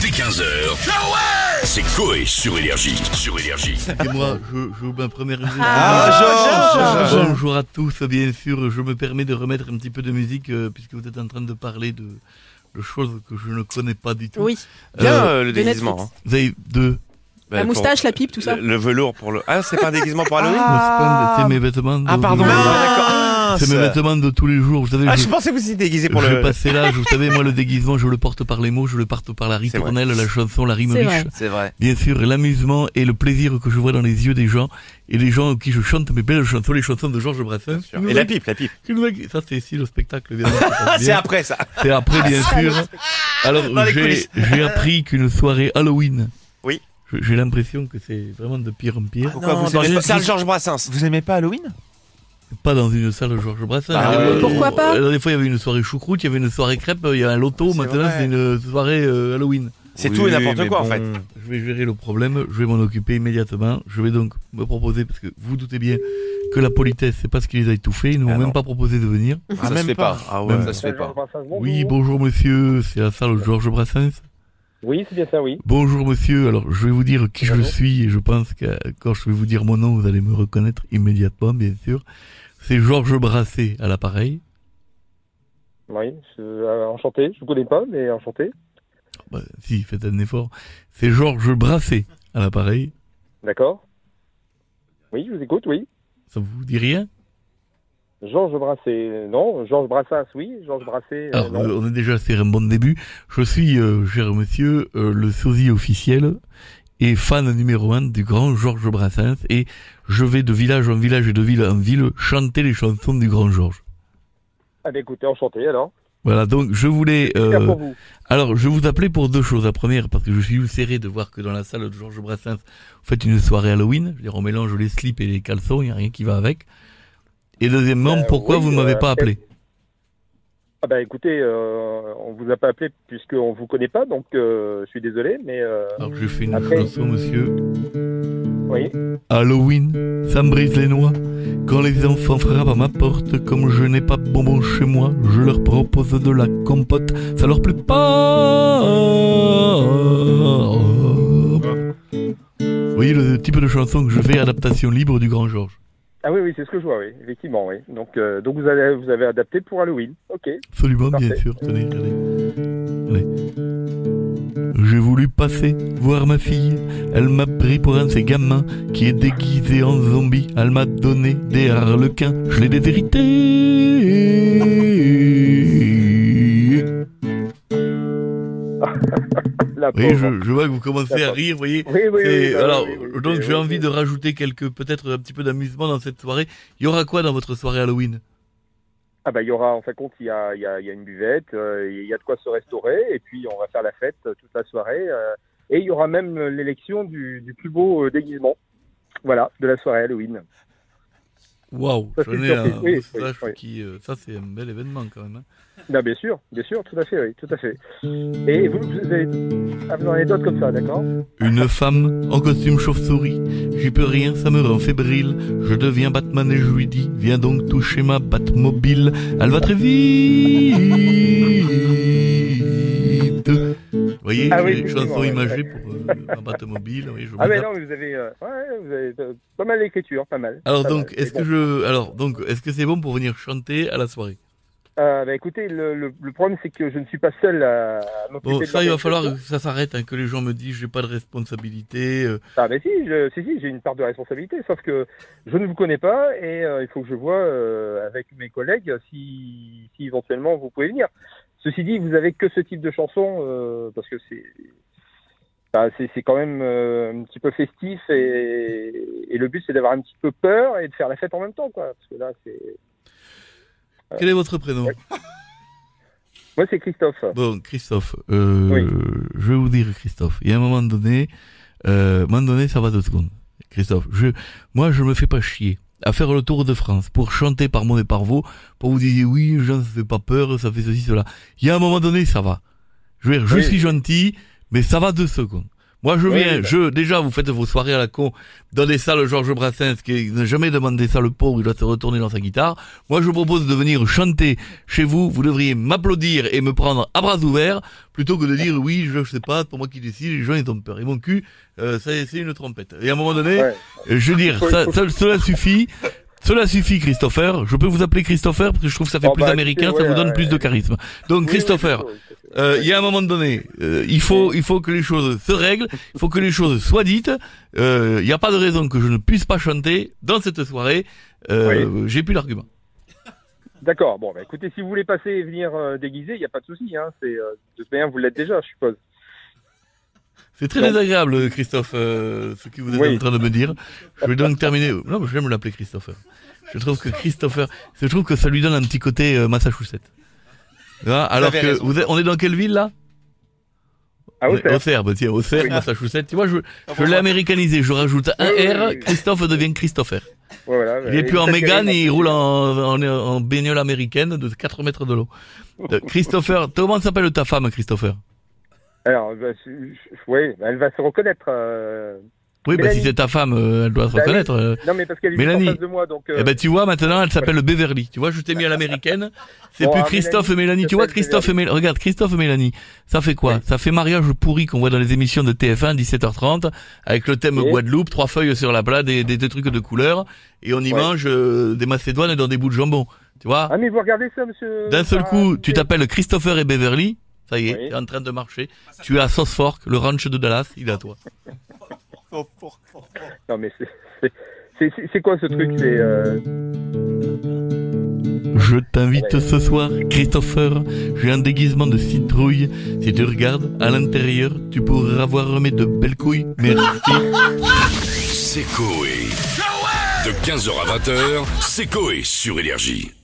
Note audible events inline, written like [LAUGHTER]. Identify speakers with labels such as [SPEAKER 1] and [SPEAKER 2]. [SPEAKER 1] 15h, c'est Coé sur Énergie. Sur Énergie.
[SPEAKER 2] Et moi, je, je ma première idée.
[SPEAKER 3] Ah, oh,
[SPEAKER 4] Ah, Georges
[SPEAKER 2] Bonjour à tous, bien sûr, je me permets de remettre un petit peu de musique euh, puisque vous êtes en train de parler de, de choses que je ne connais pas du tout.
[SPEAKER 4] Oui,
[SPEAKER 2] Euh,
[SPEAKER 3] Bien euh, le
[SPEAKER 4] de
[SPEAKER 3] déguisement.
[SPEAKER 4] Netflix.
[SPEAKER 3] hein.
[SPEAKER 2] vous avez deux.
[SPEAKER 3] Bah,
[SPEAKER 4] la
[SPEAKER 3] pour-
[SPEAKER 4] moustache, la pipe, tout ça.
[SPEAKER 3] Le, le velours pour le. Ah, c'est pas un déguisement pour Halloween
[SPEAKER 4] Ah.
[SPEAKER 2] N'est-ce pas, C'est mes vêtements. de-
[SPEAKER 3] Ah, pardon.
[SPEAKER 2] de-
[SPEAKER 3] Ah,
[SPEAKER 2] C'est mes
[SPEAKER 3] d'accord.
[SPEAKER 2] vêtements de tous les jours. Vous savez,
[SPEAKER 3] Ah,
[SPEAKER 2] je,
[SPEAKER 3] je pensais que vous étiez déguisé pour
[SPEAKER 2] je
[SPEAKER 3] le.
[SPEAKER 2] passais là, vous savez, moi, le déguisement, je le porte par les mots, je le porte par la
[SPEAKER 3] C'est vrai.
[SPEAKER 2] ritournelle, la chanson, la rime
[SPEAKER 4] C'est
[SPEAKER 2] riche.
[SPEAKER 4] vrai.
[SPEAKER 3] C'est vrai.
[SPEAKER 2] Bien sûr, l'amusement et le plaisir que je vois dans les yeux des gens et les gens qui je chante mes belles chansons, les chansons de Georges Brassens.
[SPEAKER 3] Sûr. Et la pipe, la pipe.
[SPEAKER 2] Qui nous a- Ça, c'est ici le spectacle. [LAUGHS] évidemment, ça passe
[SPEAKER 3] Ah, c'est
[SPEAKER 2] bien. Ah,
[SPEAKER 3] après ça.
[SPEAKER 2] C'est après, bien sûr. Alors,
[SPEAKER 3] Dans les
[SPEAKER 2] j'ai
[SPEAKER 3] coulisses.
[SPEAKER 2] j'ai appris qu'une soirée Halloween.
[SPEAKER 3] Oui. Ah.
[SPEAKER 2] Je- J'ai l'impression que c'est vraiment de pire en pire.
[SPEAKER 3] Pourquoi
[SPEAKER 5] non,
[SPEAKER 3] vous
[SPEAKER 5] dans
[SPEAKER 3] aimez
[SPEAKER 5] une-
[SPEAKER 3] pas Salle Georges Brassens.
[SPEAKER 5] Vous aimez pas Halloween
[SPEAKER 2] Pas dans une salle Georges Brassens.
[SPEAKER 3] Ah
[SPEAKER 2] Il y avait-
[SPEAKER 3] ouais.
[SPEAKER 4] Pourquoi pas
[SPEAKER 2] Euh, Des fois, il y avait une soirée choucroute, il y avait une soirée crêpe, il y a un loto.
[SPEAKER 5] C'est
[SPEAKER 2] Maintenant,
[SPEAKER 5] vrai.
[SPEAKER 2] c'est une soirée euh, Halloween.
[SPEAKER 3] C'est tout et n'importe quoi en fait.
[SPEAKER 2] Je vais gérer le problème, je vais m'en occuper immédiatement. Je vais donc me proposer, parce que vous doutez bien que la politesse, c'est pas ce qui les a étouffés. Ils nous
[SPEAKER 3] Ah
[SPEAKER 2] ont
[SPEAKER 3] non.
[SPEAKER 2] même pas proposé de venir.
[SPEAKER 3] ça
[SPEAKER 5] même
[SPEAKER 3] se fait
[SPEAKER 5] pas.
[SPEAKER 3] pas. Ah ouais,
[SPEAKER 2] Même
[SPEAKER 3] ça se fait pas. oh,
[SPEAKER 2] Oui, bonjour monsieur, c'est la salle Georges Brassens.
[SPEAKER 6] Oui, c'est bien ça, oui.
[SPEAKER 2] Bonjour monsieur, alors je vais vous dire qui je
[SPEAKER 6] Bonjour.
[SPEAKER 2] suis et je pense que quand je vais vous dire mon nom, vous allez me reconnaître immédiatement, bien sûr. C'est Georges Brassé à l'appareil.
[SPEAKER 6] Oui, je- euh, enchanté. Je vous connais pas, mais enchanté.
[SPEAKER 2] Bah, si, faites un effort. C'est Georges Brassé à l'appareil.
[SPEAKER 6] D'accord. Oui, je vous écoute, oui.
[SPEAKER 2] Ça vous dit rien
[SPEAKER 6] Georges Brassé, non. Georges Brassens, oui. Georges Brassé, euh,
[SPEAKER 2] Alors,
[SPEAKER 6] non.
[SPEAKER 2] euh, on est déjà sur un bon début. Je suis, euh, cher monsieur, euh, le sosie officiel et fan numéro un du grand Georges Brassens. Et je vais de village en village et de ville en ville chanter les chansons du grand Georges.
[SPEAKER 6] Ah, bah, écoutez, enchanté, alors.
[SPEAKER 2] Voilà, donc je voulais...
[SPEAKER 6] Super
[SPEAKER 2] euh,
[SPEAKER 6] pour vous.
[SPEAKER 2] Alors, je vous appelais pour deux choses. La première, parce que je suis ulcéré de voir que dans la salle de Georges Brassens, vous faites une soirée Halloween. Je veux dire, on mélange les slips et les caleçons, il n'y a rien qui va avec. Et deuxièmement,
[SPEAKER 6] Euh,
[SPEAKER 2] pourquoi
[SPEAKER 6] oui,
[SPEAKER 2] vous ne m'avez
[SPEAKER 6] euh,
[SPEAKER 2] pas appelé
[SPEAKER 6] Ah, bah, écoutez, euh, on vous a pas appelé puisqu'on vous connaît pas, donc euh, je suis désolé, mais euh,
[SPEAKER 2] Alors, j'ai fait une
[SPEAKER 6] Après-
[SPEAKER 2] chanson, monsieur.
[SPEAKER 6] oui.
[SPEAKER 2] Halloween, ça me brise les noix. Quand les enfants frappent à ma porte, comme je n'ai pas de bonbons chez moi, je leur propose de la compote. Ça leur plaît pas. Vous voyez le type de chanson que je fais, adaptation libre du Grand Georges.
[SPEAKER 6] Ah oui, oui, c'est ce que je vois, oui, effectivement, oui. Donc, euh, donc vous avez, vous avez adapté pour Halloween. Ok.
[SPEAKER 2] Absolument, bien
[SPEAKER 6] Parfait.
[SPEAKER 2] sûr. Tenez, regardez. Allez. J'ai voulu passer voir ma fille. Elle m'a pris pour un de ses gamins qui est déguisé en zombie. Elle m'a donné des harlequins. Je l'ai déshérité.
[SPEAKER 6] La
[SPEAKER 2] Oui,
[SPEAKER 6] pauvre.
[SPEAKER 2] je, je vois que vous commencez à rire, vous voyez.
[SPEAKER 6] Oh. Oui, oui, oui,
[SPEAKER 2] C'est-
[SPEAKER 6] bah,
[SPEAKER 2] alors,
[SPEAKER 6] oui, oui,
[SPEAKER 2] donc
[SPEAKER 6] oui,
[SPEAKER 2] j'ai
[SPEAKER 6] oui,
[SPEAKER 2] envie
[SPEAKER 6] oui.
[SPEAKER 2] de rajouter quelques, peut-être un petit peu d'amusement dans cette soirée. Il y aura quoi dans votre soirée Halloween
[SPEAKER 6] Ah bah il y aura, en fin de compte, il y a, il y a- il y a une buvette, euh, il y a de quoi se restaurer, et puis on va faire la fête euh, toute la soirée, euh, et il y aura même euh, l'élection du, du plus beau euh, déguisement, voilà, de la soirée Halloween.
[SPEAKER 2] Waouh,
[SPEAKER 6] Ça,
[SPEAKER 2] j'en
[SPEAKER 6] c'est
[SPEAKER 2] ai
[SPEAKER 6] sûr,
[SPEAKER 2] un
[SPEAKER 6] c'est- oui, oui,
[SPEAKER 2] moustache
[SPEAKER 6] oui.
[SPEAKER 2] qui, euh, ça c'est un bel événement quand même. hein.
[SPEAKER 6] Non, Bah, bien sûr, bien sûr, tout à fait, oui, tout à fait. Et vous, vous avez, ah, vous en avez d'autres comme ça, d'accord
[SPEAKER 2] Une femme en costume chauve-souris, j'y peux rien, ça me rend fébrile. Je deviens Batman et je lui dis, viens donc toucher ma Batmobile, elle va très vite. Vous voyez,
[SPEAKER 6] Ah oui,
[SPEAKER 2] j'ai une
[SPEAKER 6] effectivement,
[SPEAKER 2] chanson
[SPEAKER 6] ouais.
[SPEAKER 2] imagée pour euh, ma Batmobile. Oui, je
[SPEAKER 6] Ah mais
[SPEAKER 2] m'adapte.
[SPEAKER 6] non, mais vous avez, euh, ouais, vous avez euh, pas mal d'écriture, pas mal.
[SPEAKER 2] alors
[SPEAKER 6] pas mal,
[SPEAKER 2] donc,
[SPEAKER 6] mais
[SPEAKER 2] est-ce que
[SPEAKER 6] bon.
[SPEAKER 2] je, alors donc, est-ce que c'est bon pour venir chanter à la soirée
[SPEAKER 6] Euh, bah, écoutez, le, le- le problème c'est que je ne suis pas seul à, à m'occuper
[SPEAKER 2] Bon,
[SPEAKER 6] de
[SPEAKER 2] ça, il va
[SPEAKER 6] l'organisation.
[SPEAKER 2] falloir que ça s'arrête, hein, que les gens me disent, j'ai pas de responsabilité. euh,
[SPEAKER 6] Ah mais si, je, si, si, j'ai une part de responsabilité, sauf que je ne vous connais pas et euh, il faut que je vois euh, avec mes collègues si, si éventuellement vous pouvez venir. Ceci dit, vous avez que ce type de chanson euh, parce que c'est enfin, c'est c'est quand même euh, un petit peu festif et, et le but c'est d'avoir un petit peu peur et de faire la fête en même temps quoi. Parce que là c'est
[SPEAKER 2] Quel est votre prénom
[SPEAKER 6] moi c'est Christophe.
[SPEAKER 2] Bon, Christophe, euh,
[SPEAKER 6] Oui.
[SPEAKER 2] je vais vous dire, Christophe, il y a un moment donné, euh, un moment donné, ça va deux secondes. Christophe, je, moi, je me fais pas chier à faire le tour de France pour chanter par mots et par vos, pour vous dire oui, les gens, ça fait pas peur, ça fait ceci, cela. Il y a un moment donné, ça va. Je veux dire, je
[SPEAKER 6] Oui.
[SPEAKER 2] suis gentil, mais ça va deux secondes. Moi, je
[SPEAKER 6] Oui,
[SPEAKER 2] viens,
[SPEAKER 6] bah.
[SPEAKER 2] je, déjà, vous faites vos soirées à la con dans des salles Georges Brassens, qui n'a jamais demandé ça le pauvre, il doit se retourner dans sa guitare. Moi, je vous propose de venir chanter chez vous. Vous devriez m'applaudir et me prendre à bras ouverts, plutôt que de dire, oui, je sais pas, c'est pour moi qui décide, les gens, ils ont peur. Et mon cul, euh, c'est c'est une trompette. Et à un moment donné,
[SPEAKER 6] Ouais.
[SPEAKER 2] euh, je veux dire,
[SPEAKER 6] Faut-
[SPEAKER 2] ça-
[SPEAKER 6] faut-
[SPEAKER 2] ça- cela suffit. Cela suffit, Christopher. Je peux vous appeler Christopher parce que je trouve que ça fait
[SPEAKER 6] Oh,
[SPEAKER 2] plus
[SPEAKER 6] bah,
[SPEAKER 2] américain,
[SPEAKER 6] écoutez,
[SPEAKER 2] ça vous
[SPEAKER 6] ouais,
[SPEAKER 2] donne
[SPEAKER 6] ouais.
[SPEAKER 2] plus de charisme. Donc,
[SPEAKER 6] Oui,
[SPEAKER 2] Christopher,
[SPEAKER 6] oui, c'est ça, oui, c'est ça.
[SPEAKER 2] euh, il y a un moment donné, euh, il faut il faut que les choses se règlent, il faut que les choses soient dites. Euh, Il n'y a pas de raison que je ne puisse pas chanter dans cette soirée. Euh, J'ai plus l'argument.
[SPEAKER 6] D'accord. Bon, bah, écoutez, si vous voulez passer et venir euh, déguisé, il n'y a pas de souci. Hein. C'est, euh, de toute manière, vous l'êtes déjà, je suppose.
[SPEAKER 2] C'est très
[SPEAKER 6] Non.
[SPEAKER 2] désagréable, Christophe, euh, ce que vous êtes
[SPEAKER 6] Oui.
[SPEAKER 2] en train de me dire. Je vais donc terminer. Non, mais j'aime l'appeler Christopher. Je trouve que Christopher, je trouve que ça lui donne un petit côté euh, Massachusetts. Hein, alors
[SPEAKER 3] avez
[SPEAKER 2] que
[SPEAKER 3] raison.
[SPEAKER 2] vous êtes- on est dans quelle ville là
[SPEAKER 6] Ah,
[SPEAKER 2] On
[SPEAKER 6] oui,
[SPEAKER 2] est- Auxerre, bah, tiens, Auxerre, Massachusetts. Tu vois, je, je l'ai américanisé. Je rajoute un
[SPEAKER 6] Ah, Oui, oui,
[SPEAKER 2] R.
[SPEAKER 6] oui.
[SPEAKER 2] Christophe devient Christopher.
[SPEAKER 6] voilà,
[SPEAKER 2] Il est
[SPEAKER 6] bah,
[SPEAKER 2] plus en
[SPEAKER 6] peut-être
[SPEAKER 2] Mégane
[SPEAKER 6] qu'elle est-
[SPEAKER 2] et il roule en, en, en bagnole américaine de 4 mètres de l'eau. Euh, Christopher, comment s'appelle ta femme, Christopher
[SPEAKER 6] Alors, bah, je- je- ouais, bah, elle va se reconnaître. euh,
[SPEAKER 2] Oui, bah,
[SPEAKER 6] Mélanie.
[SPEAKER 2] si c'est ta femme, euh, elle doit se
[SPEAKER 6] Bah oui.
[SPEAKER 2] reconnaître. euh.
[SPEAKER 6] Non, mais parce qu'elle est
[SPEAKER 2] Mélanie.
[SPEAKER 6] en face de moi, donc. euh,
[SPEAKER 2] Eh ben, tu vois, maintenant, elle s'appelle Beverly. Tu vois, je t'ai mis à l'américaine. C'est
[SPEAKER 6] Bon,
[SPEAKER 2] plus
[SPEAKER 6] ah,
[SPEAKER 2] Christophe et
[SPEAKER 6] Mélanie,
[SPEAKER 2] Mélanie. Tu vois,
[SPEAKER 6] s'appelle
[SPEAKER 2] Christophe et Mélanie. Regarde, Christophe et Mélanie. Ça fait quoi
[SPEAKER 6] Oui.
[SPEAKER 2] Ça fait mariage pourri qu'on voit dans les émissions de TF1, 17h30, avec le thème
[SPEAKER 6] Oui.
[SPEAKER 2] Guadeloupe, trois feuilles sur la plage, des, des, des trucs de couleur, et on y
[SPEAKER 6] Ouais.
[SPEAKER 2] mange euh, des macédoines et dans des bouts de jambon. Tu vois
[SPEAKER 6] Ah, mais vous regardez ça, monsieur.
[SPEAKER 2] D'un seul
[SPEAKER 6] Sarah,
[SPEAKER 2] coup,
[SPEAKER 6] vous
[SPEAKER 2] tu
[SPEAKER 6] savez-
[SPEAKER 2] t'appelles Christopher et Beverly. Ça y est,
[SPEAKER 6] Oui.
[SPEAKER 2] t'es en train de marcher. Tu es à South Fork, le ranch de Dallas, il est à toi.
[SPEAKER 6] Non, mais c'est- c'est- c'est. c'est- C'est quoi ce truc C'est. euh,
[SPEAKER 2] Je t'invite ce soir, Christopher. J'ai un déguisement de citrouille. Si tu regardes à l'intérieur, tu pourras voir mes deux belles couilles. Merci.
[SPEAKER 1] C'est Coé. De 15h à 20h, c'est Coé sur Énergie.